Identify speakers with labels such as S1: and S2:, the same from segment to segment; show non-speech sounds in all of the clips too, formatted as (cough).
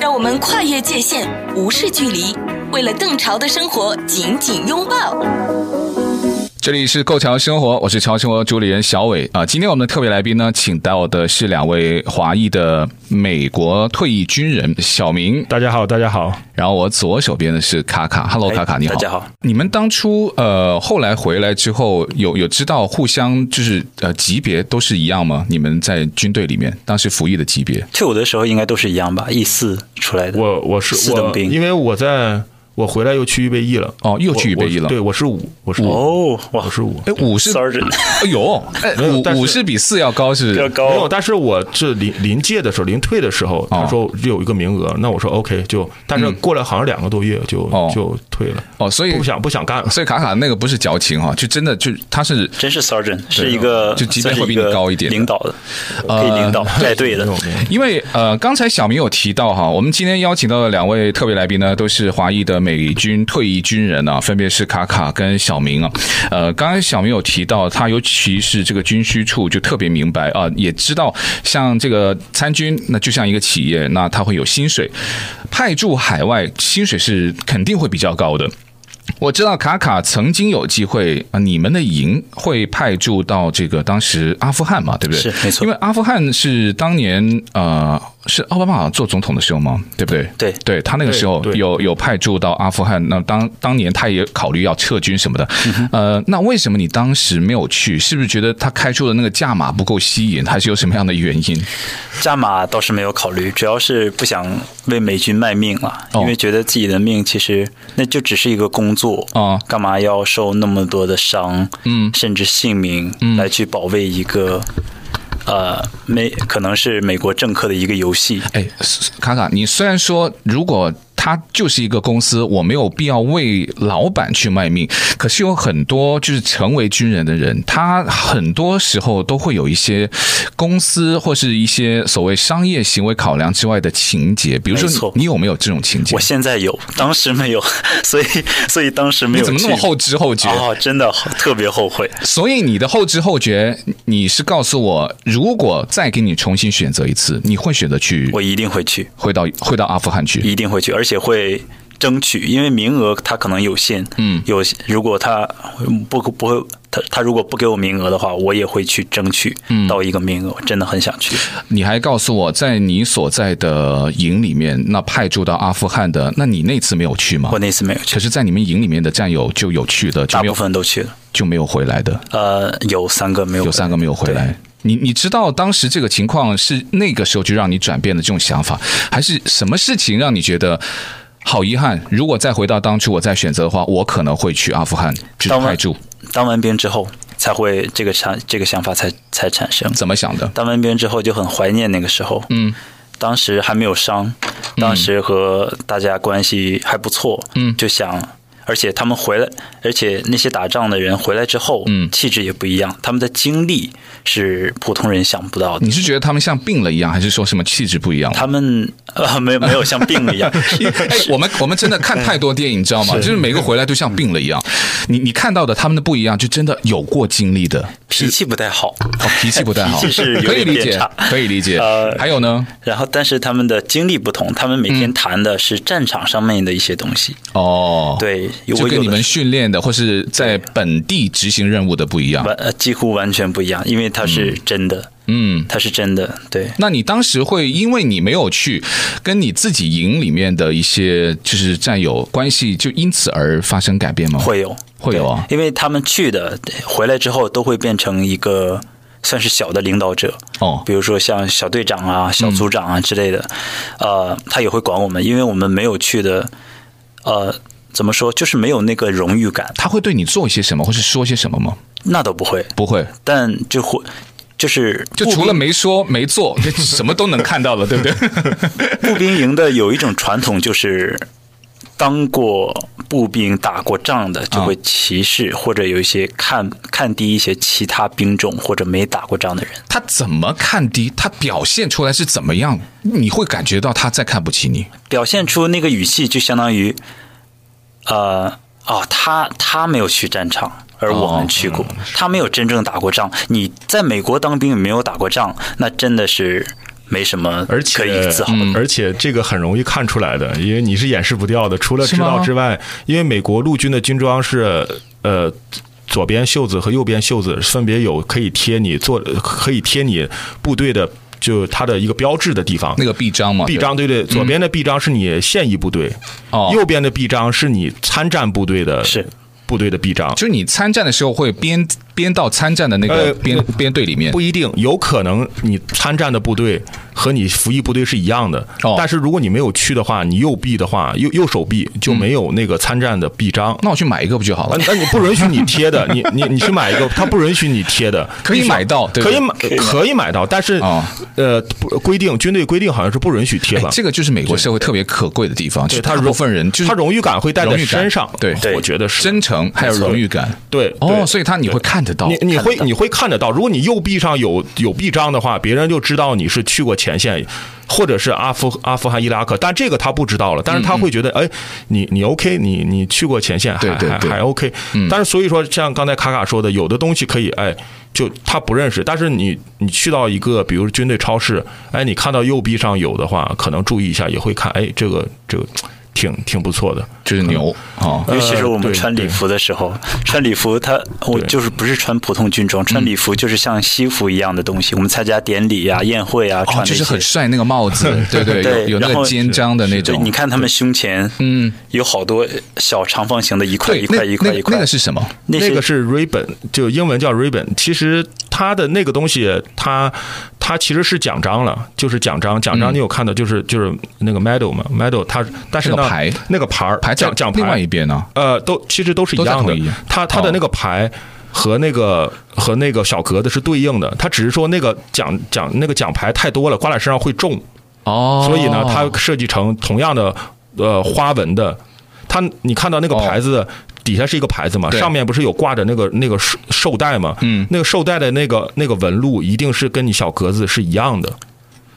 S1: 让我们跨越界限，无视距离，为了更潮的生活紧紧拥抱。
S2: 这里是购潮生活，我是潮生活主理人小伟啊。今天我们的特别来宾呢，请到的是两位华裔的美国退役军人小明，
S3: 大家好，大家好。
S2: 然后我左手边的是卡卡，Hello 哦
S3: 哎
S2: 卡卡，你好，
S4: 哎大家好。
S2: 你们当初呃后来回来之后，有有知道互相就是呃级别都是一样吗？你们在军队里面当时服役的级别，
S4: 退伍的时候应该都是一样吧，E 四出来的。
S3: 我我是
S4: 四
S3: 我
S4: 等，兵
S3: 因为我在我回来又去预备役了。
S2: 哦又去
S3: 我
S2: 预备役
S3: 我
S2: 了
S3: 对，我是五，我是五，
S4: 哦，哇
S3: 我是五。
S2: 哎五是
S4: ，Sergeant
S2: 哎呦，哎
S3: 没有但
S2: 五
S3: 是
S2: 五是比四要高是
S4: 要
S3: 没有，
S4: 高，
S3: 但是我这临临届的时候，临退的时
S2: 哦
S3: 候，他说有一个名额，那我说 OK 就，但是过了好像两个多月就
S2: 嗯哦
S3: 就退了，
S2: 哦，所以
S3: 不想不想干了。
S2: 所以卡卡那个不是矫情哈、就真的就他是
S4: 真是 Sergeant，是一个
S2: 就级别
S4: 算是
S2: 会比你
S4: 个
S2: 高一点的呃
S4: 领导的，可以领导带队的
S3: 没。有没有
S2: (laughs) 因为呃，刚才小明有提到哈，我们今天邀请到的两位特别来宾呢，都是华裔的美军退役军人啊，分别是卡卡跟小明啊。呃，刚才小明有提到，他尤其是这个军需处就特别明白啊，也知道像这个参军，那就像一个企业，那他会有薪水，派驻海外薪水是肯定会比较高的。我知道卡卡曾经有机会啊，你们的营会派驻到这个当时阿富汗嘛，对不对？
S4: 是没错
S2: 因为阿富汗是当年呃是奥巴马好像做总统的时候吗？对不对？
S4: 对
S2: 对他那个时候
S3: 对对
S2: 有有派驻到阿富汗，那当当年他也考虑要撤军什么的，
S3: 嗯
S2: 呃，那为什么你当时没有去？是不是觉得他开出的那个价码不够吸引，还是有什么样的原因？
S4: 加码倒是没有考虑，主要是不想为美军卖命了，
S2: 哦
S4: 因为觉得自己的命其实那就只是一个工作
S2: 哦
S4: 干嘛要受那么多的伤，嗯，甚至性命、
S2: 嗯
S4: 来去保卫一个呃美可能是美国政客的一个游戏，
S2: 哎，卡卡，你虽然说如果他就是一个公司，我没有必要为老板去卖命，可是有很多就是成为军人的人，他很多时候都会有一些公司或是一些所谓商业行为考量之外的情节，比如
S4: 没
S2: 说
S4: 错
S2: 你有没有这种情节
S4: 我？现在有，当时没有， (laughs) 所以所以当时没
S2: 你
S4: 有
S2: 怎么那
S4: 去
S2: 么后知后觉？
S4: 哦，真的好特别后悔。
S2: 所以你的后知后觉，你是告诉我，如果再给你重新选择一次，你会选择去
S4: 我一定会去，
S2: 回到回到阿富汗去？
S4: 一定会去，而且会争取，因为名额它可能有限。嗯，有如果他不不会，他他如果不给我名额的话，我也会去争取
S2: 嗯
S4: 到一个名额。我真的很想去，
S2: 你还告诉我在你所在的营里面，那派驻到阿富汗的，那你那次没有去吗
S4: 我？那次没有去
S2: 可，是，在你们营里面的战友就有去的，就
S4: 大
S2: 没
S4: 部
S2: 有
S4: 分都去了。
S2: 就没有回来的，
S4: 呃，有三个没有，
S2: 有三个没有回
S4: 对。
S2: 来。你你知道当时这个情况是那个时候就让你转变的这种想法，还是什么事情让你觉得好遗憾？如果再回到当初，我再选择的话，我可能会去阿富汗去
S4: 当然
S2: 派驻。
S4: 当完兵之后，才会这个想这个想法才才产生。
S2: 怎么想的？
S4: 当完兵之后就很怀念那个时候，嗯，当时还没有伤，
S2: 嗯
S4: 当时和大家关系还不错，嗯，就想，而且他们回来，而且那些打仗的人回来之后，嗯，气质也不一样，他们的经历是普通人想不到的
S2: 你。是觉得他们像病了一样，还是说什么气质不一样？
S4: 他们呃，没有没有像病一样，
S2: (laughs) 哎，我们我们真的看太多电影，你知道吗？就是每个回来都像病了一样。你你看到的他们的不一样，就真的有过经历的，
S4: 脾气不太好，
S2: 哦，脾气不太
S4: (laughs)
S2: 好，
S4: 脾气是有点
S2: 可以理解
S4: 变差，
S2: 可以理解
S4: 呃。
S2: 还有呢，
S4: 然后但是他们的经历不同，他们每
S2: 嗯
S4: 天谈的是战场上面的一些东西，
S2: 哦，，
S4: 对，我
S2: 就
S4: 有
S2: 跟你
S4: 的
S2: 们训练的或是在本地执行任务的不一样。
S4: 完呃几乎完全不一样，因为它是真的，
S2: 嗯，
S4: 它是真的，对。
S2: 那你当时会因为你没有去，跟你自己营里面的一些就是战友关系，就因此而发生改变吗？，
S4: 会有，
S2: 会有啊
S4: 对因为他们去的回来之后都会变成一个算是小的领导者，
S2: 哦，
S4: 比如说像小队长啊、小组长啊之类的，
S2: 嗯
S4: 呃，他也会管我们，因为我们没有去的，呃，怎么说，就是没有那个荣誉感，
S2: 他会对你做一些什么，或是说些什么吗？
S4: 那倒不会，
S2: 不会，
S4: 但就会。就是
S2: 就
S4: 步
S2: 除了
S4: 兵
S2: 没说没做， (laughs) 这什么都能看到了，对不 (laughs) 对？
S4: 步兵营的有一种传统，就是当过步兵、打过仗的，就会歧视、或者有一些看看低一些其他兵种或者没打过仗的人。
S2: 他怎么看低？他表现出来是怎么样？你会感觉到他在看不起你。
S4: 表现出那个语气，就相当于，呃，哦，他他没有去战场，而我们去过，
S3: 哦嗯
S4: 他没有真正打过仗。你在美国当兵，没有打过仗，那真的是没什么
S3: 而
S4: 可以
S3: 且嗯
S4: 自豪。
S3: 而且这个很容易看出来的，因为你是掩饰不掉的。除了
S2: 是
S3: 知
S2: 吗
S3: 道之外，因为美国陆军的军装是呃。左边袖子和右边袖子分别有可以贴你做可以贴你部队的，就它的一个标志的地方
S2: 那。个臂章嘛，
S3: 臂章对对，
S4: 嗯
S3: 左边的臂章是你现役部队，
S2: 哦，
S3: 右边的臂章是你参战部队的，
S4: 是
S3: 部队的臂章。
S2: 就是你参战的时候会编编到参战的那个
S3: 呃
S2: 编、编队里面
S3: 不一定，有可能你参战的部队和你服役部队是一样的，
S2: 哦
S3: 但是如果你没有去的话，你右臂的话，右右手臂就
S2: 嗯
S3: 没有那个参战的臂章。
S2: 那我去买一个不就好
S3: 那
S2: 了？
S3: 那你不允许你贴的，你你你去买一个，他不允许你贴的，
S2: (laughs) 可以买到对不
S3: 可
S2: 对
S3: 以买可以买到，但是
S2: 哦
S3: 呃不规定军队规定好像是不允许贴吧
S2: 哎，？这个就是美国社会特别可贵的地方，就
S3: 对
S2: 是
S3: 他
S2: 大
S3: 荣
S2: 部分人就是
S3: 他荣誉感会带在
S2: 荣誉感
S3: 身上，
S2: 对
S4: 对
S3: 我觉得是
S2: 真诚还有
S3: 没错
S2: 荣誉感。
S3: 对
S2: 哦，
S3: 对
S2: 所以他你会看得到
S3: 你你会你会看得到，如果你右臂上有有臂章的话，别人就知道你是去过前线，或者是阿富阿富汗、伊拉克，但这个他不知道了，但是他会觉得，哎，你你 OK，你你去过前线，还
S2: 嗯对对
S3: 还
S2: 对嗯
S3: 还 OK，但是所以说，像刚才卡卡说的，有的东西可以，哎。就他不认识，但是你你去到一个，比如军队超市，哎，你看到右臂上有的话，可能注意一下，也会看，哎，这个这个挺挺不错的，
S2: 就是牛哦，
S4: 尤其是我
S3: 呃
S4: 们
S3: 对
S4: 穿礼
S3: 对
S4: 服的时候，穿礼服它我
S3: 对
S4: 就是不是穿普通军装，
S2: 嗯
S4: 穿礼服就是像西服一样的东西。我们参加典礼啊、宴会啊，
S2: 哦，
S4: 穿那
S2: 就是很
S4: 些。
S2: 帅那个帽
S3: (laughs)
S2: 子，对对，
S4: 对
S2: 有有那
S4: 然
S2: 个
S4: 后
S2: 肩章的那
S4: 对，
S2: 种
S4: 你。看他们胸前，嗯，有好多小长方形的，一块
S2: 对
S4: 一，
S2: 那
S4: 块一块
S2: 那
S4: 一
S2: 个那
S4: 块
S2: 个，是什么？
S4: 那
S3: 那
S4: 些
S3: 个是 ribbon，就英文叫 ribbon。其实它的那个东西，它它其实是奖章了，就是奖章。奖章你有看到，就是、就是那个 medal 嘛，medal 它，但是
S2: 嗯那
S3: 呢，
S2: 个牌
S3: 那个牌儿
S2: 排在
S3: 奖奖牌，
S2: 另外一边啊呢？
S3: 呃，都其实都是一样
S2: 都在
S3: 的
S2: 同一。哦
S3: 它它的那个牌和那个和那个小格子是对应的，它只是说那个奖奖那个奖牌太多了，挂在身上会重，
S2: 哦，
S3: 所以呢，它设计成同样的呃花纹的。它你看到那个
S2: 哦
S3: 牌子、底下是一个牌子嘛，
S2: 对
S3: 上面不是有挂着那个那个绶绶带嘛？嗯，那个绶带的那个那个纹路一定是跟你小格子是一样的，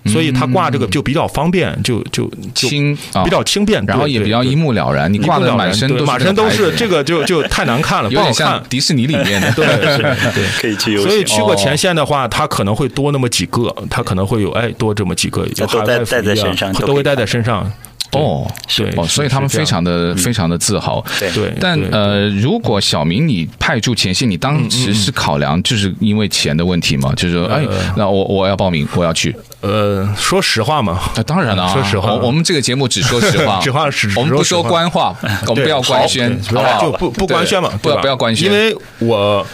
S3: 所以它挂这个就比较方便，就就
S2: 嗯
S3: 就
S2: 轻啊
S3: 比较轻便，
S2: 然后也
S3: 对
S2: 比较
S3: 对
S2: 一目了然，你
S3: 一
S2: 挂
S3: 目
S2: 的
S3: 了
S2: 满
S3: 然
S2: 身
S3: 对
S2: 都
S3: 满身都是
S2: 这
S3: 这
S2: 个
S3: 个就就太难看
S2: 牌
S3: 了，
S2: 子，
S3: 不
S2: 有
S3: 好
S2: 点
S3: 看
S2: 像。迪士尼里面 (laughs) 的。
S3: (laughs) 对，
S4: 可以去游
S3: 所以
S4: 戏，
S3: 去
S2: 哦
S3: 过前线的话，它可能会多那么几个，它可能会有哎多这么几个，有
S4: 都
S3: 海
S4: 带
S3: 外服
S4: 带在
S3: 役啊
S4: 身上都
S3: 都
S4: 可
S3: 会
S4: 以
S3: 带在身上。对
S2: 哦，
S3: 对
S2: 哦，
S3: 是
S2: 所以他们
S3: 是这
S2: 非
S3: 样嗯
S2: 常的非常的自豪。
S4: 对
S3: 对，
S2: 但
S3: 对
S2: 呃，如果小明你派驻前线，你当时是考量就是因为钱的问题嘛？就是说，
S3: 嗯
S2: 哎，那我我要报名，我要去。
S3: 呃，说实话嘛，
S2: 那当然了啊，
S3: (laughs) 说实话
S2: 我我们这个节目只说实话，啊
S3: 只话只
S2: 我们不
S3: 只
S2: 说
S3: (laughs) 说实话
S2: 官话，我们不要官宣，
S3: 对
S2: 好不好？
S3: 就不
S2: 对
S3: 不官宣嘛，
S2: 不
S3: 对吧
S2: 不要官宣，
S3: 因为我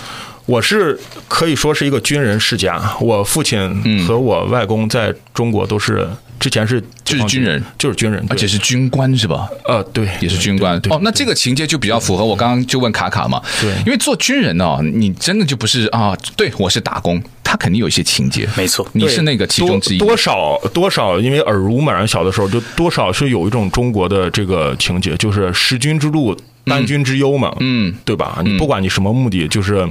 S3: 我是可以说是一个军人世家，我父亲
S2: 嗯
S3: 和我外公在中国都是之前是
S2: 就是军人，
S3: 就是军人，
S2: 而且
S3: 对
S2: 是军官是吧？
S3: 呃对，
S2: 也是军官哦，那这个情节就比较符合我刚刚就问卡卡嘛，
S3: 对
S2: 因为做军人哦，你真的就不是啊，对我是打工，他肯定有一些情节，
S4: 没错
S2: 你
S3: 对
S2: 是那个其中之一
S3: 多，多少多少，因为耳濡目染，小的时候就多少是有一种中国的这个情节，就是识君之
S2: 嗯
S3: 路，担君之忧嘛，嗯，对吧？你不管你什么目的，就是。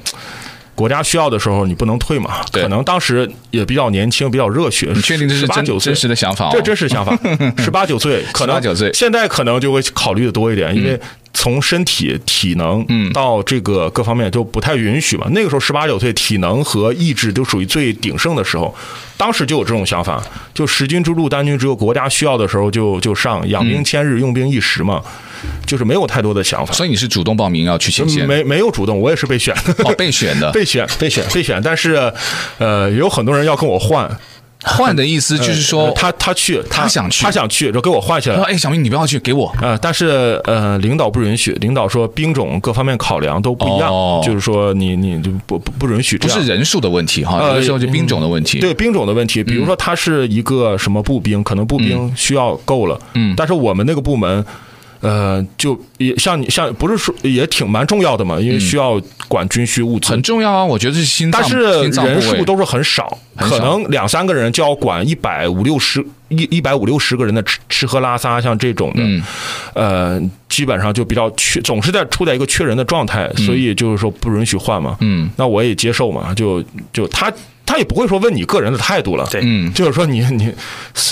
S3: 国家需要的时候，你不能退嘛。
S2: 对
S3: 可能当时也比较年轻，比较热血。
S2: 你确定这是
S3: 十八
S2: 真
S3: 九岁
S2: 真实的想法哦
S3: 这真实
S2: (laughs)
S3: 想法。十八九岁，可能
S2: 18-19岁嗯
S3: 现在可能就会考虑的多一点，因为从身体体能到这个各方面就不太允许嘛。那个时候十八九岁，体能和意志都属于最鼎盛的时候，当时就有这种想法，就识君之路，担君之忧，国家需要的时候就就上，养兵千日，用兵一时嘛，就是没有太多的想法。
S2: 嗯所以你是主动报名要去前线，
S3: 没没有主动，我也是被选
S2: (laughs)
S3: 的，
S2: 哦，被选的，
S3: 被选，被选，被选。但是，呃，有很多人要跟我换，
S2: 换的意思就是说
S3: 呃他他去，
S2: 他想去
S3: 他想去，就给我换下来
S2: 说。哎，小明你不要去，给我。
S3: 呃，但是呃，领导不允许，领导说兵种各方面考量都不一样，
S2: 哦
S3: 就是说你你就不不不允许这
S2: 不
S3: 样。
S2: 是人数的问题哈，有的时候就兵种的问题。
S3: 啊对兵种的问题，比如说
S2: 嗯
S3: 他是一个什么步兵，可能步兵需要够了，嗯，但是我们那个部门。呃，就也像你像不是说也挺蛮重要的嘛，因为需要管军需物资，
S2: 嗯很重要啊，我觉得是心脏，
S3: 但是
S2: 心脏部位
S3: 人数都是很少，
S2: 很少
S3: 可能两三个人就要管一百五六十一一百五六十个人的吃吃喝拉撒，像这种的，
S2: 嗯
S3: 呃，基本上就比较缺，总是在处在一个缺人的状态，所以就是说不允许换嘛。
S2: 嗯
S3: 那我也接受嘛，就就他他也不会说问你个人的态度了，
S4: 对
S2: 嗯，
S3: 就是说你你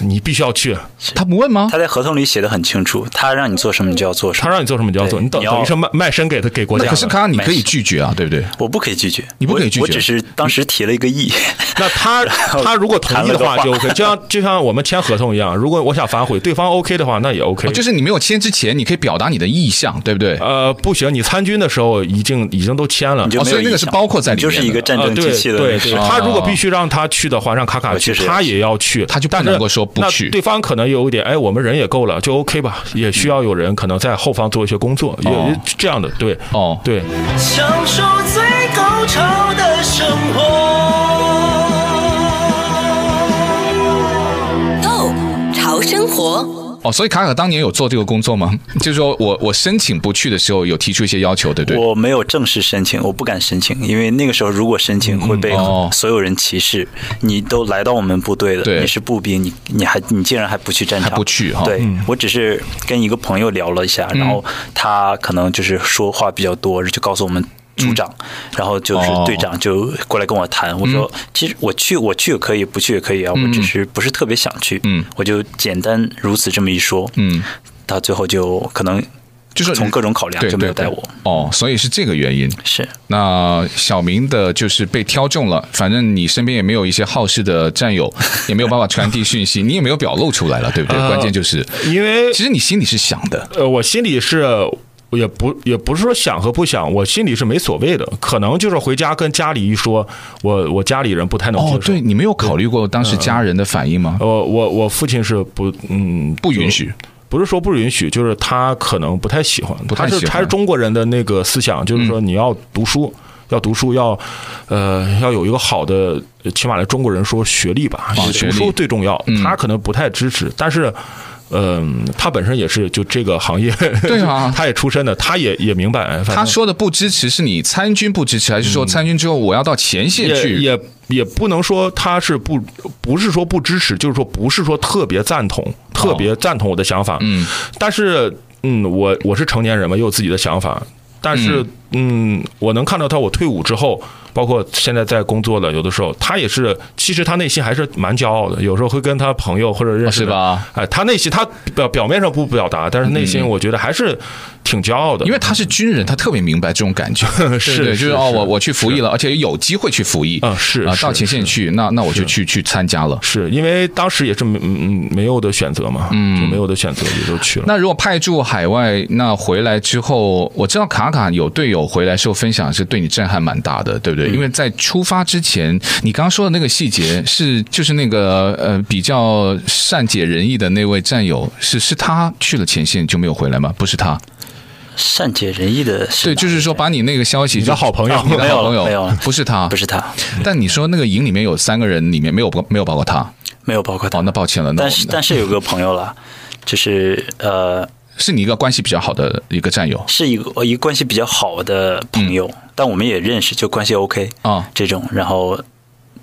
S3: 你必须要去，
S2: 他不问吗？
S4: 他在合同里写的很清楚，他让你做什么你就要做什
S3: 他
S4: 么。
S3: 让你做什么你就要做，
S4: 对
S3: 你等
S4: 你要
S3: 等于是卖卖身给他给国家了。
S2: 可是卡，你可
S4: 没
S2: 以
S4: 事
S2: 拒绝啊，对不对？
S4: 我不可以拒绝，
S2: 你不可以拒绝
S4: 我，我只是当时提了一个亿，
S3: 那他
S4: 后
S3: 他如果同意的话
S4: 谈了个话
S3: 就 OK，就像就像我们签合同一样，如果我想反悔，对方 OK 的话，那也 OK
S2: 哦。就是你没有签之前，你可以表达你的意向，对不对？
S4: 啊
S3: 呃，不行，你参军的时候已经已经都签了
S4: (laughs) 你。就
S2: 哦
S4: 没有
S2: 所以那个
S4: 印
S2: 是
S4: 象
S2: 包括在里
S4: 你就是
S2: 面
S4: 一
S2: 的哦
S4: 个战
S3: 呃，
S4: 争
S3: 对
S4: 机器的那
S3: 对
S4: 个
S3: 对
S4: 事，
S3: 他如果必须让他去的话，让卡卡
S4: 我
S3: 去，
S4: 确实
S3: 他也要去，
S2: 他就不
S3: 但是
S2: 能够说不
S3: 那
S2: 去
S3: 对方可能有一点，哎，我们人也够了，就 OK 吧，也需要有人可能在后方做一些工作，也
S2: 哦
S3: 这样的，对，
S2: 哦
S3: 对，
S5: 享受最高潮的生活。
S1: Go 潮生活，
S2: 哦，所以卡卡当年有做这个工作吗？ (laughs) 就是说我我申请不去的时候，有提出一些要求，对不对？
S4: 我没有正式申请，我不敢申请，因为那个时候如果申请会被
S2: 哦
S4: 所有人歧视。你都来到我们部队
S2: 对
S4: 的，你是步兵，你你还你竟然还不去战场？
S2: 还不去哈嗯
S4: 对、我只是跟一个朋友聊了一下，然后他可能就是说话比较多，就告诉我们。组长，
S2: 嗯
S4: 然后就是
S2: 哦
S4: 队长就过来跟我谈，我说其实我去我去也可以，不去也可以啊，我只是不是特别想去，
S2: 嗯
S4: 我就简单如此这么一说，
S2: 嗯，
S4: 他最后就可能
S2: 就是
S4: 从各种考量
S2: 对
S4: 就没有
S2: 对
S4: 带
S2: 对
S4: 我，
S2: 哦，所以是这个原因。
S4: 是。
S2: 那小明的就是被挑中了，反正你身边也没有一些好事的战
S4: (laughs)
S2: 友，也没有办法传递讯息，你也没有表露出来了，对不对？
S4: 啊
S3: 呃
S2: 关键就是，
S3: 因为
S2: 其实你心里是想的，
S3: 呃，我心里是。也不也不是说想和不想，我心里是没所谓的，可能就是回家跟家里一说，我我家里人不太能接
S2: 哦
S3: 受。，
S2: 对你没有考虑过当
S4: 嗯
S2: 时家人的反应
S4: 哦
S2: 吗？
S3: 我我我父亲是不嗯
S2: 不允，许
S3: 就不是说不允许，就是他可能不太喜欢，
S2: 不太
S3: 他
S2: 喜
S3: 是
S2: 欢嗯
S3: 他是中国人的那个思想，就是说你要读书。要读书，要，呃，要有一个好的，起码来中国人说学历吧，
S2: 啊学
S3: 读
S2: 历
S3: 书最重要。
S2: 嗯
S3: 他可能不太支持，但是，嗯、他本身也是就这个行业，
S2: 对啊
S3: (laughs) 他也出身的，他也也明白。反正
S2: 他说的不支持是你参军不支持，还是
S3: 嗯
S2: 说参军之后我要到前线
S3: 也
S2: 去？
S3: 也也不能说他是不不是说不支持，就是说不是说特别赞同，特别赞同我的想法。
S2: 哦嗯，
S3: 但是嗯，我我是成年人嘛，也有自己的想法。但是嗯我能看到他，我退伍之后，包括现在在工作了，有的时候他也是，其实他内心还是蛮骄傲的。有时候会跟他朋友或者认识
S2: 哦是
S3: 的？
S2: 吧？嗯
S3: 哎，他内心他表表面上不表达，但是内心我觉得还是挺骄傲的。
S2: 因为他是军人，他特别明白这种感
S3: (laughs)
S2: 觉，
S3: 是
S2: 对对就是
S3: 是
S2: 哦，我
S3: 是
S2: 我去服役了，而且有机会去服役
S3: 啊是
S2: 啊，
S3: 是
S2: 到前线
S3: 是嗯
S2: 去，那那我就去去参加了。
S3: 是因为当时也是没嗯嗯没有的选择嘛，嗯，就没有的选择也就去了。
S2: 那如果派驻海外，那回来之后，我知道卡卡有队友回来时候分享是对你震撼蛮大的，对不对？
S3: 嗯
S2: 因为在出发之前，你刚刚说的那个细节是 (laughs) 就是那个呃比较善解人意的那位战友，是是他去了前线就没有回来吗？不是他，
S4: 善解人意的是
S2: 对，
S4: 哪
S2: 就是说把你那个消息
S3: 你的好朋友
S2: 你的好朋
S4: 没有
S2: 友
S4: 没有
S2: 不是他，
S4: 不是。他，
S2: 但你说那个营里面有三个人，里面没有包没有包括他，
S4: 没有包括他。
S2: 哦，那抱歉了，那我
S4: 但
S2: 们
S4: 是但是有个朋友了，就是呃，
S2: 是你一个关系比较好的一个战友
S4: 是一个一个关系比较好的朋
S2: 嗯
S4: 友，但我们也认识，就关系 OK
S2: 啊
S4: 这种。然后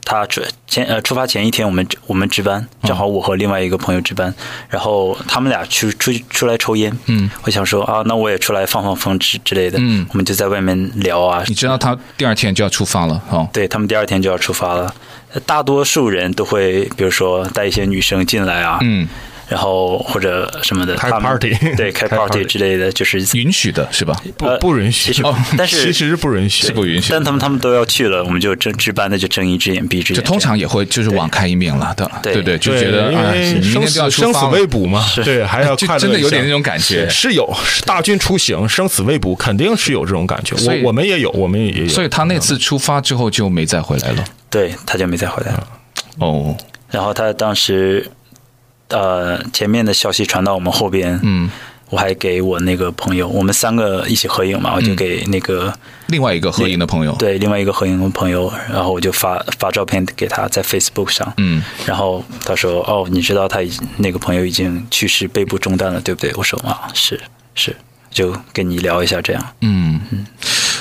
S4: 他出前呃出发前一天，我们我们值班，
S2: 哦
S4: 正好我和另外一个朋友值班，然后他们俩去出去出来抽烟。
S2: 嗯，
S4: 我想说啊，那我也出来放放风之之类的。
S2: 嗯
S4: 我们就在外面聊啊，
S2: 你知道他第二天就要出发了哦。
S4: 对他们第二天就要出发了。呃大多数人都会，比如说带一些女生进来啊，
S2: 嗯，
S4: 然后或者什么的，
S3: 开
S4: 他们
S3: party
S4: (laughs) 对，开
S3: 开
S4: party
S3: party
S4: 之类的，就是
S2: 允许的是吧？
S3: 不
S4: 呃
S3: 不允许
S4: 其实
S3: 哦
S4: 但是
S3: 其实是不允许，
S2: 是不允许
S4: 但。他们他们都要去了，我们就睁值班的就睁一只眼闭一只
S2: 就
S4: 眼。
S2: 通常也会就是网开一面了的，
S4: 对
S2: 对对，就
S3: 对
S2: 觉得
S3: 因
S2: 啊，
S3: 为
S2: 明天
S3: 生
S2: 就要
S3: 死
S2: 出
S3: 生死
S2: 发了
S3: 未，卜嘛，对，还要
S2: 就
S3: 快乐
S2: 真的
S3: 一
S2: 有
S3: 下
S2: 点那种感觉
S3: 是有是大军出行，生死未卜，肯定是有这种感觉。
S2: 所以
S3: 我我们也有，我们也有。
S2: 所以他那次出发之后就没再回来了。
S4: 对，他就没再回来了。
S2: 哦，
S4: 然后他当时，呃，前面的消息传到我们后边，
S2: 嗯，
S4: 我还给我那个朋友，我们三个一起合影嘛，我
S2: 嗯
S4: 就给那个、
S2: 另外一个合影的朋友，
S4: 对另外一个合影的朋友，然后我就发发照片给他在 Facebook 上，
S2: 嗯，
S4: 然后他说：“哦，你知道他已那个朋友已经去世，背部中弹了，对不对？”我说：“啊，是。”是，就跟你聊一下这
S2: 嗯
S4: 样。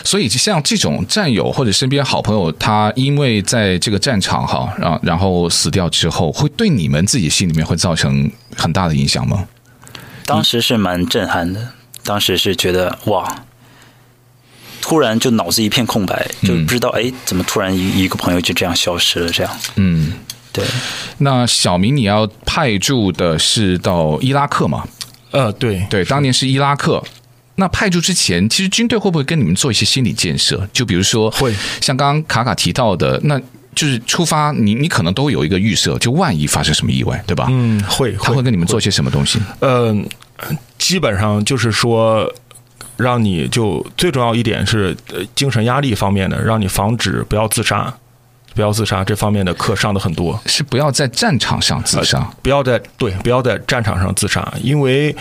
S2: 所以像这种战友或者身边好朋友，他因为在这个战场哈，然后然后死掉之后，会对你们自己心里面会造成很大的影响吗？
S4: 当时是蛮震撼的，当时是觉得哇，突然就脑子一片空白，就
S2: 嗯
S4: 不知道哎、怎么突然一一个朋友就这样消失了，这样。
S2: 嗯，
S4: 对，
S2: 那小明你要派驻的是到伊拉克嘛？
S3: 呃，对，
S2: 对，当年是伊拉克。那派驻之前，其实军队会不会跟你们做一些心理建设？就比如说，
S3: 会
S2: 像刚刚卡卡提到的，那就是出发，你你可能都有一个预设，就万一发生什么意外，对吧？
S3: 嗯，会，
S2: 他会跟你们做些什么东西？
S3: 呃，基本上就是说，让你就最重要一点是呃精神压力方面的，让你防止不要自杀，不要自杀这方面的课上的很多。
S2: 是不要在战场上自杀。
S3: 不要在对，不要在战场上自杀，因为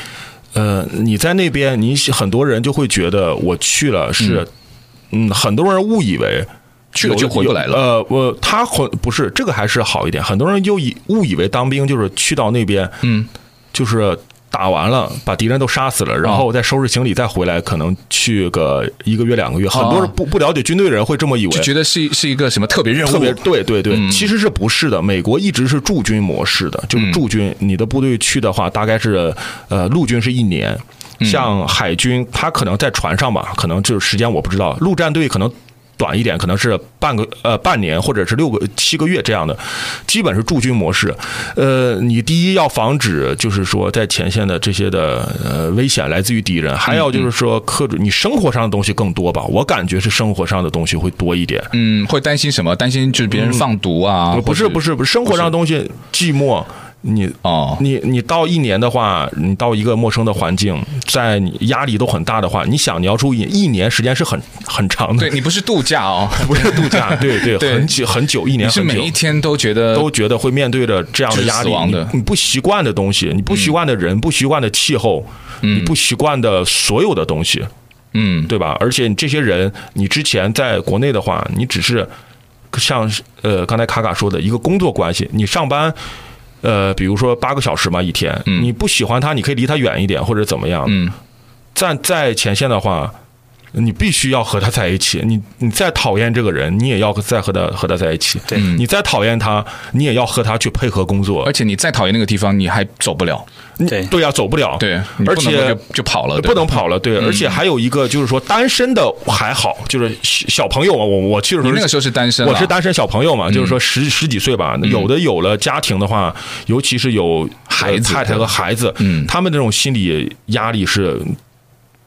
S3: 呃，你在那边，你很多人就会觉得我去了是，嗯很多人误以为。
S2: 去了就回不来了
S3: 呃，我他回不是这个还是好一点，很多人又以误以为当兵就是去到那边，
S2: 嗯，
S3: 就是打完了，把敌人都杀死了，然
S2: 哦
S3: 后再收拾行李再回来，可能去个一个月两个月。很
S2: 哦
S3: 多人不不了解军队的人会这么以为，
S2: 就觉得是是一个什么特别任务，嗯
S3: 特别对对对，其实是不是的？美国一直是驻军模式的，
S2: 嗯
S3: 就是驻军，你的部队去的话，大概是呃陆军是一年，
S2: 嗯
S3: 像海军，他可能在船上吧，可能就是时间我不知道，陆战队可能。短一点，可能是半个呃半年，或者是六个七个月这样的，基本是驻军模式。呃，你第一要防止就是说在前线的这些的呃危险来自于敌人，还
S2: 嗯
S3: 有就是说克制你生活上的东西更多吧，我感觉是生活上的东西会多一点。
S2: 嗯，会担心什么？担心就是别人放毒啊？
S3: 嗯不是不
S2: 是
S3: 是不是，生活上的东西寂寞，你
S2: 哦，
S3: 你你到一年的话，你到一个陌生的环境，在你压力都很大的话，你想你要注意一年时间是很很长的
S2: 对，你不是度假
S3: (laughs)
S2: 哦，
S3: 不是度假，对对，
S2: 对
S3: 很久很久，一
S2: 你
S3: 年
S2: 是
S3: 很久
S2: 每一。天都觉得
S3: 都觉得会面对着这样的压
S2: 就是死
S3: 力，
S2: 亡
S3: 你
S2: 的嗯
S3: 你不习惯的东西，你不习惯的人，不习惯的气候，你不习惯的所有的东西，
S2: 嗯
S3: 对吧？而且你这些人，你之前在国内的话，你只是像是呃刚才卡卡说的一个工作关系，你上班。呃，比如说八个小时嘛一天，你不喜欢他，你可以离他远一点，或者怎么样。
S2: 嗯，
S3: 站在前线的话，你必须要和他在一起。你你再讨厌这个人，你也要再和他和他在一起。嗯
S4: 对
S3: 你再讨厌他，你也要和他去配合工作
S2: 而。且你再讨厌那个地方，你还走不了，
S3: 你
S4: 对
S3: 对呀、走不了。
S2: 对，你不
S3: 而
S2: 能
S3: 且呃
S2: 够就就跑了，对吧嗯
S3: 不能跑了，对，而且还有一个就是说单身的还好，就是小小朋友嘛，我我去的时
S2: 你
S3: 候
S2: 那个时候是单身啊了，
S3: 我是单身小朋友
S2: 嗯
S3: 嘛，就是说十十几岁吧，有的有了家庭的话，尤其是有
S2: 孩子
S3: 太太和孩子，
S2: 嗯
S3: 他们这种心理压力是，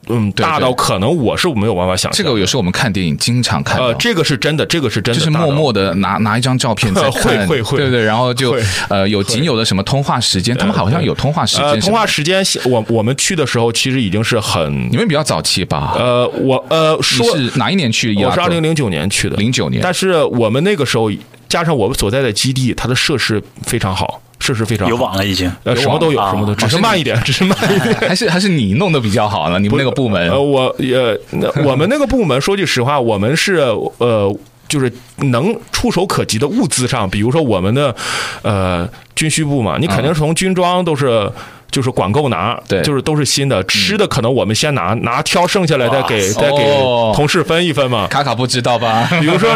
S3: 嗯，
S2: 对
S3: 大到可能我是没有办法想
S2: 这
S3: 象
S2: 个有时候我们看电影经常看到，
S3: 呃，这个是真的，这个是真
S2: 就
S3: 的，
S2: 是
S3: 大到
S2: 默默的拿拿一张照片在看，
S3: (laughs) 会会会
S2: 对不对？然后就
S3: 会
S2: 呃有仅有的什么通话时间，他们好像有通话时
S3: 呃，
S2: 间什
S3: 通
S2: 么的，
S3: 话时间，我我们去的时候其实已经是很
S2: 你们比较早期吧？
S3: 呃，我呃
S2: 你
S3: 说
S2: 是哪一年去伊
S3: 我
S2: 拉
S3: 是
S2: 克？
S3: 二零零九年去的，
S2: 零九年，
S3: 但是我们那个时候加上我们所在的基地，它的设施非常好，设施非常好
S4: 有网了已经。
S3: 呃，
S2: 有
S3: 什么都有，
S4: 网
S3: 什么都有，
S4: 啊
S3: 只是慢
S2: (laughs)
S3: 一点，只是慢一点。
S2: 还是还是你弄得比较好呢？你们那个部门
S3: 呃，我也、那我们那个部门，说句实话，我们是呃，就是能触手可及的物资上，比如说我们的呃军需部嘛，你肯定是从军装都是。就是管够拿，
S2: 嗯对嗯
S3: 就是都是新的。吃的可能我们先拿拿挑剩下来，再给再给
S2: 哦
S3: 同事分一分嘛。
S2: 卡卡不知道 (laughs) 吧？
S3: 比如说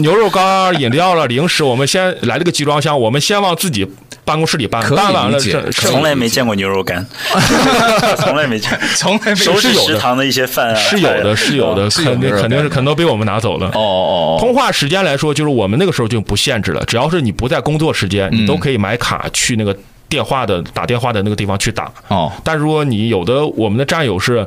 S3: 牛肉干儿、饮料了、零食，我们先来这个集装箱，我们先往自己办公室里搬
S2: 可，以
S3: 搬完了
S2: 理解
S3: 剩剩
S4: 从来没见过牛
S2: (laughs)
S4: 肉干，从来没见，
S2: 从 (laughs) 来没
S4: 手指
S2: 是有
S4: 食堂的一些饭啊，嗯
S3: 是有的，是有的，
S2: 嗯是有
S3: 肯定
S2: 牛肉
S3: 肯定
S2: 干
S3: 是
S2: 的
S3: 肯定被我们拿走了。
S2: 哦哦
S3: 通话时间来说，就是我们那个时候就不限制了，只要是你不在工作时间，你都可以买卡去那个电话的打电话的那个地方去打。
S2: 哦
S3: 但如果你有的我们的战友是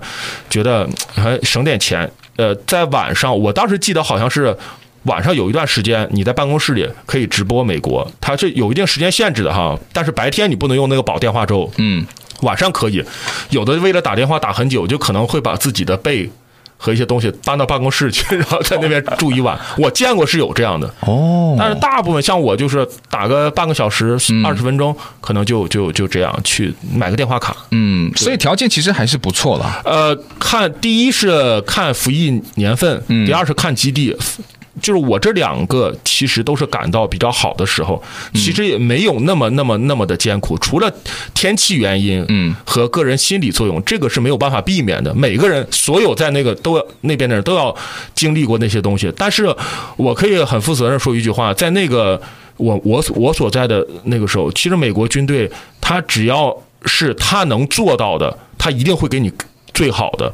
S3: 觉得还省点钱，呃，在晚上，我当时记得好像是晚上有一段时间你在办公室里可以直播美国，它是有一定时间限制的哈，但是白天你不能用那个保电话粥，
S2: 嗯，
S3: 晚上可以。有的为了打电话打很久，就可能会把自己的背。和一些东西搬到办公室去，然后在那边住一晚。我见过是有这样的，
S2: 哦，
S3: 但是大部分像我就是打个半个小时、二十分钟，可能就就就这样去买个电话卡。
S2: 嗯，所以条件其实还是不错了。
S3: 呃，看第一是看服役年份，第二是看基地。就是我这两个其实都是感到比较好的时候，其实也没有那么那么那么的艰苦，除了天气原因，
S2: 嗯，
S3: 和个人心理作用，这个是没有办法避免的。每个人所有在那个都要那边的人都要经历过那些东西，但是我可以很负责任说一句话，在那个我我所我所在的那个时候，其实美国军队他只要是他能做到的，他一定会给你最好的。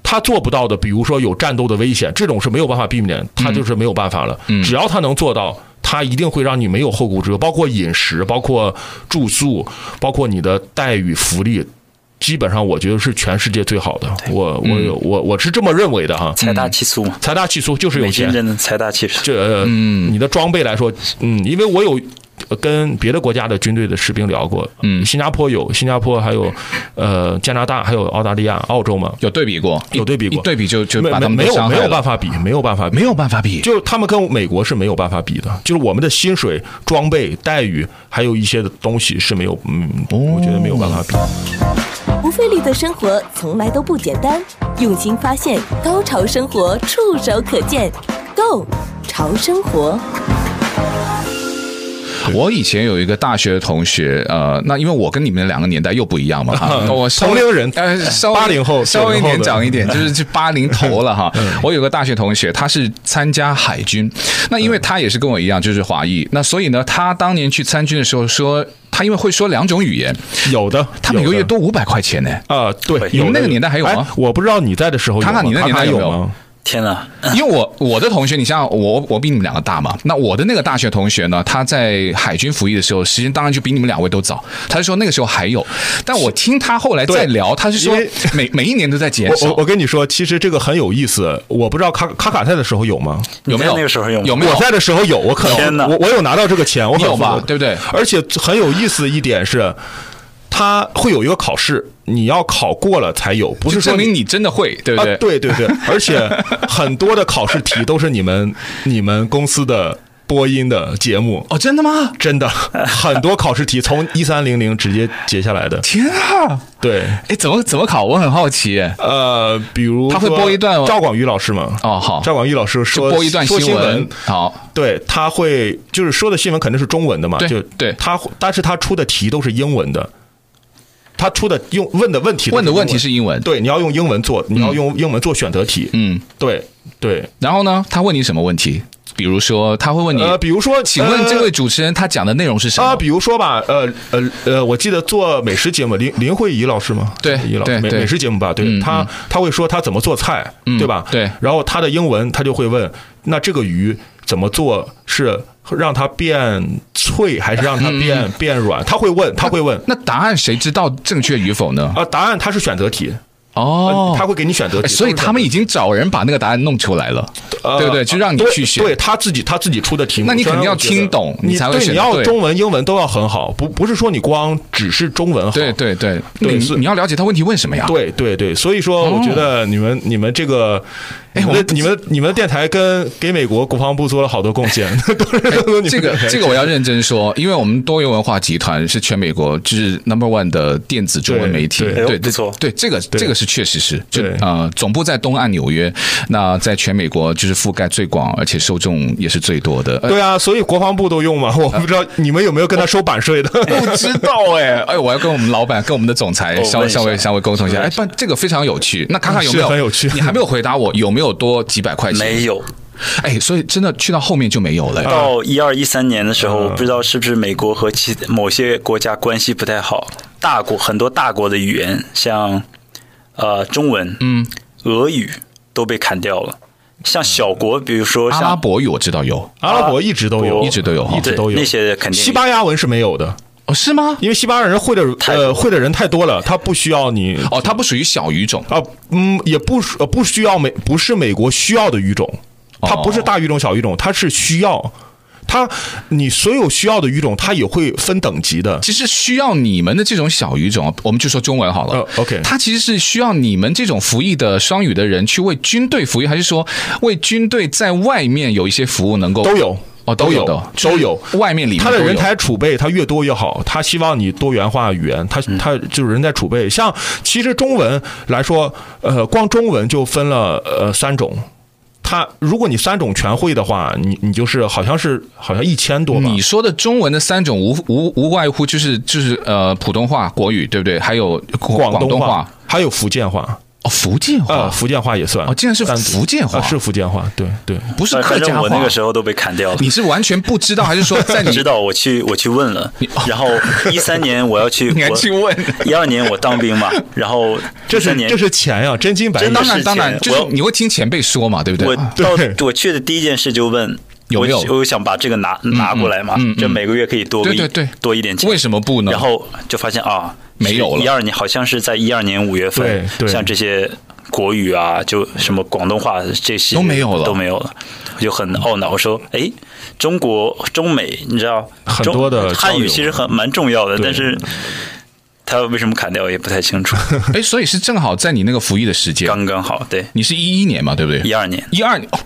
S3: 他做不到的，比如说有战斗的危险，这种是没有办法避免，他就是没有办法了。只要他能做到，他一定会让你没有后顾之忧，包括饮食，包括住宿，包括你的待遇、福利，基本上我觉得是全世界最好的。我我有我我是这么认为的哈。
S4: 财大气粗嘛，
S3: 财大气粗就是有
S4: 美军
S3: 钱，
S4: 真的财大气粗。
S3: 这、呃
S2: 嗯
S3: 你的装备来说，嗯，因为我有。呃跟别的国家的军队的士兵聊过，
S2: 嗯
S3: 新加坡有，新加坡还有，呃，加拿大还有澳大利亚、澳洲嘛，
S2: 有对比过，
S3: 有对比过
S2: 一对比就就
S3: 没
S2: 把他们
S3: 没
S2: 都
S3: 有
S2: 伤
S3: 没
S2: 害
S3: 有
S2: 了
S3: 办法比，没有办法比，
S2: 没有办法比，
S3: 就他们跟美国是没有办法比的，就是我们的薪水、装备、待遇，还有一些的东西是没有，嗯，
S2: 哦
S3: 我觉得没有办法比。
S1: 不费力的生活从来都不简单，用心发现，高潮生活触手可见 g o 潮生活。
S2: 我以前有一个大学的同学，呃，那因为我跟你们两个年代又不一样嘛， (laughs) 哈我稍微
S3: 同龄人
S2: 呃，稍微
S3: 80后
S2: 稍微
S3: 90后的
S2: 年长一点，就是这八零头 (laughs) 了哈。我有个大学同学，他是参加海军，那因为他也是跟我一样，就是华裔，那所以呢，他当年去参军的时候说，他因为会说两种语言，
S3: 有的，
S2: 他每个
S3: 有
S2: 月
S3: 的
S2: 多五百块钱呢。
S3: 啊，对，
S4: 你
S2: 们
S3: 有
S2: 那
S3: 的
S2: 个年代还有吗
S3: 哎我不知道你在的时候有吗，
S2: 看看你那年代
S3: 看看
S2: 有
S3: 有
S2: 没有
S3: 吗？
S4: 天哪，
S2: (laughs) 因为我我的同学，你像我，我比你们两个大嘛。那我的那个大学同学呢，他在海军服役的时候，时间当然就比你们两位都早。他就说那个时候还有，但我听他后来再
S3: 对
S2: 聊，他是说
S3: 因为
S2: 每每一年都在减
S3: 我我
S2: 少
S3: 我，跟你说，其实这个很有意思，我不知道卡卡卡在的时候有吗？
S2: 有没有
S4: 你在那个时候有吗
S2: 有没有
S3: 我？在的时候有，我可
S4: 天哪
S3: 能我我有拿到这个钱，我
S2: 你
S3: 很
S2: 有吧
S3: 服
S2: 对不对
S3: 而且很有意思的一点是，他会有一个考试，你要考过了才有，不
S2: 就是
S3: 说
S2: 证明
S3: 你。
S2: 你真的会，对不对？
S3: 啊，对对对，而且很多的考试题都是你们你们公司的播音的节目，
S2: 哦，真的吗？
S3: 真的很多考试题从一三零零直接截下来的。
S2: 天啊！
S3: 对，
S2: 哎，怎么怎么考？我很好奇。哎
S3: 呃，比如
S2: 他会
S3: 说
S2: 播一段吗
S3: 赵广宇老师嘛？
S2: 哦，好，
S3: 赵广宇老师
S2: 就
S3: 说
S2: 播一段
S3: 说
S2: 新
S3: 新闻，
S2: 好，
S3: 对，他会就是说的新闻肯定是中文的嘛，
S2: 对
S3: 就
S2: 对
S3: 他会，但是他出的题都是英文的，他出的用问的问题都
S2: 问的问题
S3: 英
S2: 是英文。
S3: 文，对，你要用英文做，你要用英文做选择题，
S2: 嗯，
S3: 对对，
S2: 然后呢？他问你什么问题？比如说，他会问你，
S3: 呃，比如说，
S2: 请问
S3: 呃
S2: 这位主持人他讲的内容是什么？
S3: 啊，比如说吧，呃呃呃，我记得做美食节目，林林慧仪老师嘛，
S2: 对
S3: 仪老
S2: 对
S3: 师美
S2: 对
S3: 美食节目吧，
S2: 嗯
S3: 对，他他会说他怎么做菜，对吧？
S2: 对
S3: 然后他的英文他就会问，那这个鱼怎么做是让它变脆还是让它
S2: 嗯
S3: 变变软？他会问，他会问。
S2: 那答案谁知道正确与否呢？
S3: 啊，答案它是选择题，
S2: 哦，
S3: 呃他会给你选择
S2: 哎
S3: 题，
S2: 所以他们已
S3: 已
S2: 经找人把那个答案弄出来了，
S3: 呃
S2: 对不对？就让你去选。
S3: 对他自己他自己出的题目，
S2: 那你肯定要
S3: 虽然我觉得
S2: 听懂
S3: 你
S2: 你才会
S3: 对
S2: 选
S3: 你
S2: 得
S3: 要
S2: 对
S3: 中文、英文都要很好，不不是说你光只是中文好，
S2: 对对对，
S3: 对
S2: 你
S3: 是
S2: 你要了解他问题问什么呀？
S3: 对对对，所以说我觉得你们、你们这个，
S2: 哦哎
S3: 你
S2: 我
S3: 们
S2: 们
S3: 的你们你们的电台跟给美国国防部做了好多
S2: (laughs)
S3: 贡献，都是都是你
S2: 哎
S3: 们的
S2: 这个
S3: 电台 (laughs)
S2: 这个我要认真说，因为我们多元文化集团是全美国就是 number one 的电子中文媒体，
S3: 对
S2: 对
S3: 对
S2: 对
S4: 哎呦不错
S2: 对这个这个是确实是，就
S3: 对
S2: 呃总部在东岸纽约，那在全美国就是覆盖最广，而且受众也是最多的。呃
S3: 对啊，所以国防部都用嘛，我不知道你们有没有跟他收版
S2: (laughs)
S3: 税的，
S2: 不知道哎、哎，我要跟我们老板、跟我们的总裁
S4: 哦
S2: 稍
S4: 问
S2: 微
S4: 一下
S2: 稍微稍微沟通一下。哎
S4: 问一，下
S2: 不，这个非常有趣。那卡卡有没有？
S3: 是很有趣
S2: 你还没有回答我，有没有嗯多几百块钱？
S4: 没。有。
S2: 哎，所以真的去到后面就没有了、
S4: 到一二一三年的时候，
S3: 嗯
S4: 我不知道是不是美国和其某些国家关系不太好，大国很多大国的语言，像呃中文、
S2: 嗯，
S4: 俄语都被砍掉了。像小国，比如说
S2: 阿
S4: 像
S2: 拉伯语我知道有，
S3: 阿拉伯一直都有，
S2: 一直都有哈
S3: 一直都有
S4: 对那些肯定有
S3: 西班牙文是没有的，
S2: 哦，是吗？
S3: 因为西班牙人会的
S4: 太多
S3: 呃会的人太多了，他不需要你
S2: 哦，它不属于小语种。
S3: 啊，嗯，也不呃不需要美，不是美国需要的语种，它
S2: 哦
S3: 不是大语种、小语种，它是需要，它你所有需要的语种，它也会分等级的。
S2: 其实需要你们的这种小语种，我们就说中文好了。
S3: 哦，OK
S2: 它其实是需要你们这种服役的双语的人去为军队服役，还是说为军队在外面有一些服务能够
S3: 都有
S2: 哦，都
S3: 都
S2: 有
S3: 有
S2: 的，
S3: 都有
S2: 就是外面里面
S3: 他的
S2: 都有
S3: 人才储备，他越多越好。他希望你多元化语言，他
S2: 嗯
S3: 他就是人才储备。像其实中文来说，呃，光中文就分了呃三种，它如果你三种全会的话，你你就是好像是好像一千多吧，
S2: 你说的中文的三种无无无外乎就是就是呃普通话、国语，对不对？还有广
S3: 广
S2: 东
S3: 话
S2: 话、
S3: 还有福建话，
S2: 哦，福建话，
S3: 呃，福建话也算，
S2: 哦竟然是
S3: 单独
S2: 福建话
S3: 啊是福建话，对对，
S2: 不是
S4: 反
S2: 客
S4: 反
S2: 家
S4: 正
S2: 话。
S4: 我那个时候都被砍掉了。
S2: 你是完全不知道，还是说在
S4: (laughs)
S2: 你哦
S4: 知道我去我去问了，然后一三年我要
S2: (laughs)
S4: 去，
S2: 你还去问？
S4: 一二年我当兵嘛，然后
S3: 这是
S4: 13年
S3: 这是钱呀，真金白
S4: 真
S3: 银
S4: 的
S2: 当然
S4: 是
S2: 当然，
S4: 前
S2: 就是
S4: 我
S2: 你会听前辈说嘛，对不对？啊
S4: 我到
S3: 对
S4: 我去的第一件事就问。
S2: 有没有
S4: 我我想把这个拿拿过来嘛，
S2: 嗯嗯
S4: 就每个月可以多个
S2: 对
S4: 一
S2: 对对
S4: 多一点钱。
S2: 为什么不呢
S4: 然后就发现啊，
S2: 没有了
S4: 一二年好像是在一二年五月份
S3: 对，对
S4: 像这些国语啊，就什么广东话这些
S2: 都没有了
S4: 都没有了，我就很懊恼。我说，哎，中国中美，你知道
S3: 很
S4: 中
S3: 多的
S4: 汉
S3: 交
S4: 语
S3: 流
S4: 其实很蛮重要的，但是他为什么砍掉也不太
S2: (laughs)
S4: 清楚。
S2: 哎，所以是正好在你那个服役的时间，
S4: 刚刚好，对，
S2: 你是一一年嘛，对不对？
S4: 一二年。
S2: 一二年，哦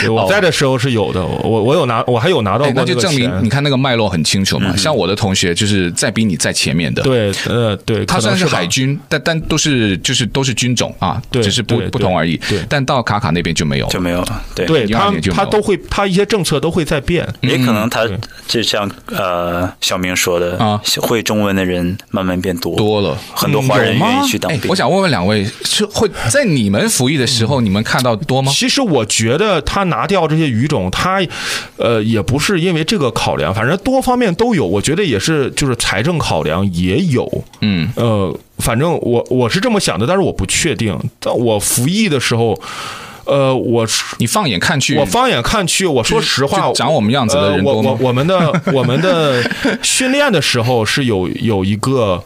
S3: 对我在的时候是有的，我我有拿，我还有拿到
S2: 哦哎
S3: 过
S2: 那就
S3: 个
S2: 证明
S3: 钱
S2: 你看那个脉络很清楚嘛。像我的同学就是在比你在前面的，
S3: 对，呃，对，
S2: 他
S3: 可
S2: 虽
S3: 能
S2: 然是
S3: 吧
S2: 海军，但但都是就是都是军种啊，
S3: 对
S2: 只是不
S3: 对
S2: 不同而已
S3: 对对。
S2: 但到卡卡那边就没有了，
S4: 就没有了，对
S3: 对
S2: 一二
S3: 他
S2: 年就没
S3: 他
S2: 有
S3: 都会，他一些政策都会在变。
S2: 嗯
S4: 也可能他
S3: 对
S4: 就像呃小明说的
S2: 啊
S4: 会中文的人慢慢变多，
S2: 多了。
S4: 很多华人
S2: 有吗
S4: 愿意去当
S2: 哎
S4: 兵。
S2: 我想问问两位，是会在你们服役的时候，你们看到多吗？
S3: 其实我觉得他拿掉这些语种，他呃也不是因为这个考量，反正多方面都有。我觉得也是，就是财政考量也有。
S2: 嗯，
S3: 呃，反正我我是这么想的，但是我不确定。但我服役的时候，呃，我是
S2: 你放眼看去，
S3: 我放眼看去，我说实话
S2: 嗯就，长我们样子的人
S3: 呃
S2: 多
S3: 我
S2: 吗
S3: 我我们
S2: (laughs)
S3: 的我们的训练的时候是有有一个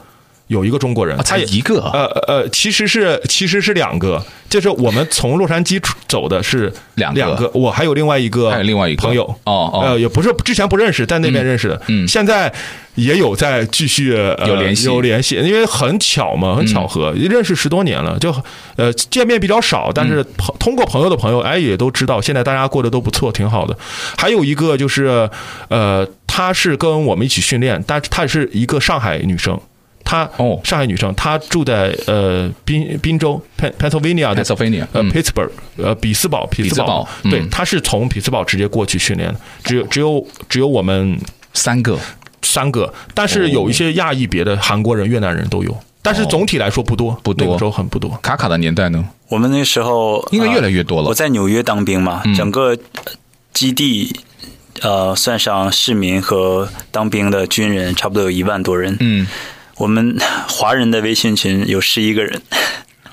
S3: 有一个中国人，
S2: 啊
S3: 他
S2: 才
S3: 也
S2: 一个啊
S3: 呃呃，其实是其实是两个，就是我们从洛杉矶出走的是
S2: 两个
S3: 两个，我还有另外一个
S2: 还有另外一个
S3: 呃朋友
S2: 哦哦
S3: 呃也不是之前不认识，在那边认识的，
S2: 嗯嗯
S3: 现在也有在继续、呃
S2: 有联系嗯
S3: 有联系，因为很巧嘛，很巧合，认识十多年了，就呃见面比较少，但
S2: 嗯
S3: 是朋通过朋友的朋友，哎也都知道，现在大家过得都不错，挺好的。还有一个就是呃，她是跟我们一起训练，但是她是一个上海女生。她
S2: 哦
S3: 上海女生，她住在呃宾宾州 Pen- Pennsylvania 的
S2: Pennsylvania，
S3: 呃
S2: 嗯
S3: Pittsburgh 呃比斯堡匹
S2: 匹
S3: 兹
S2: 兹
S3: 堡
S2: 堡，嗯
S3: 对，她是从匹兹堡直接过去训练的，只有只有只有我们
S2: 三个
S3: 三个，但
S2: 哦
S3: 是有一些亚裔别的韩国人、越南人都有，但是总体来说不多，
S2: 不多
S3: 那个时候很不多。
S2: 卡卡的年代呢？
S4: 我们那时候
S2: 应该越来越
S4: 呃
S2: 多了嗯
S4: 我在纽约当兵嘛，整个呃基地呃算上市民和当兵的军人，差不多有一万多人。
S2: 嗯，
S4: 我们华人的微信群有十一个人，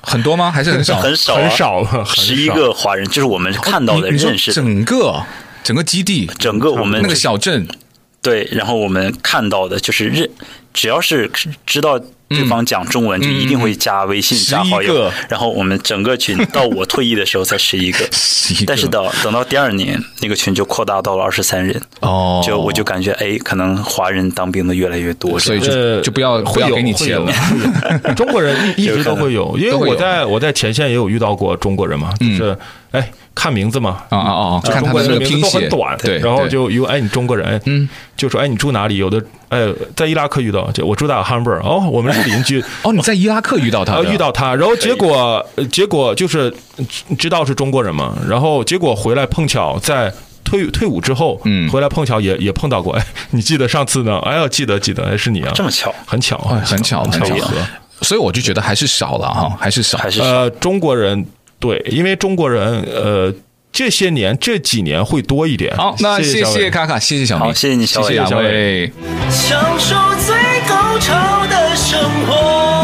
S2: 很多吗？还是很少？
S4: (laughs) 很少、啊，
S3: 很少很少
S4: 十一个华人就是我们看到的、
S2: 你你说
S4: 认识的。
S2: 整个整个基地，
S4: 整个我们
S2: 那个小镇，
S4: 对，然后我们看到的就是认，只要是知道对
S2: 嗯
S4: 方讲中文，就一定会加微信、加好
S2: 11嗯
S4: 友
S2: 个。
S4: 然后我们整个群到我退役的时候才十一个，
S2: 11个
S4: 但是到等到第二年，那个群就扩大到了二十三人。
S2: 哦
S4: 就我就感觉哎，可能华人当兵的越来越多，
S2: 所以
S4: 这样
S2: 就
S3: 呃
S2: 就不要不
S3: 会
S2: 要
S3: 有
S2: 给你钱了
S3: 会。有 (laughs) 中国人一一直都会有，
S2: (laughs)
S3: 因为
S2: 都会有
S3: 我在我在前线也有遇到过中国人嘛，就是
S2: 嗯
S3: 哎看名字嘛。
S2: 啊啊啊！看他
S3: 中国
S2: 的
S3: 人
S2: 那
S3: 的
S2: 个
S3: 名字
S2: 拼
S3: 都
S2: 写，
S3: 很短，
S2: 对，
S3: 然后
S2: 对
S3: 就有哎，你中国人，嗯，就说哎，你住哪里？有的哎，在伊拉克遇到，就我住在汉堡，哦，我们是
S2: (laughs)
S3: 邻居，
S2: 哦，你在伊拉克遇到他
S3: 然
S2: 的，
S3: 哦后遇到他，然后结果呃结果就是嗯知道是中国人嘛，然后结果回来碰巧在。退退伍之后，
S2: 嗯
S3: 回来碰巧也也碰到过。哎， (laughs) 你记得上次呢？哎呀，记得记得，哎，是你啊，
S4: 这么巧，
S3: 很巧，
S2: 哎很巧
S3: 很
S2: 很巧
S3: 合。
S2: 所以我就觉得还是少了哈，还是少，
S4: 还是
S3: 呃，中国人对，因为中国人呃这些年这几年会多一点。
S2: 好。那
S3: 谢
S2: 谢
S3: 小
S2: 谢
S3: 伟
S2: 卡卡，谢谢小明，
S4: 好谢谢你小
S2: 谢
S4: 伟
S2: 谢两
S3: 小伟
S2: 位。
S5: 享受最高潮的生活。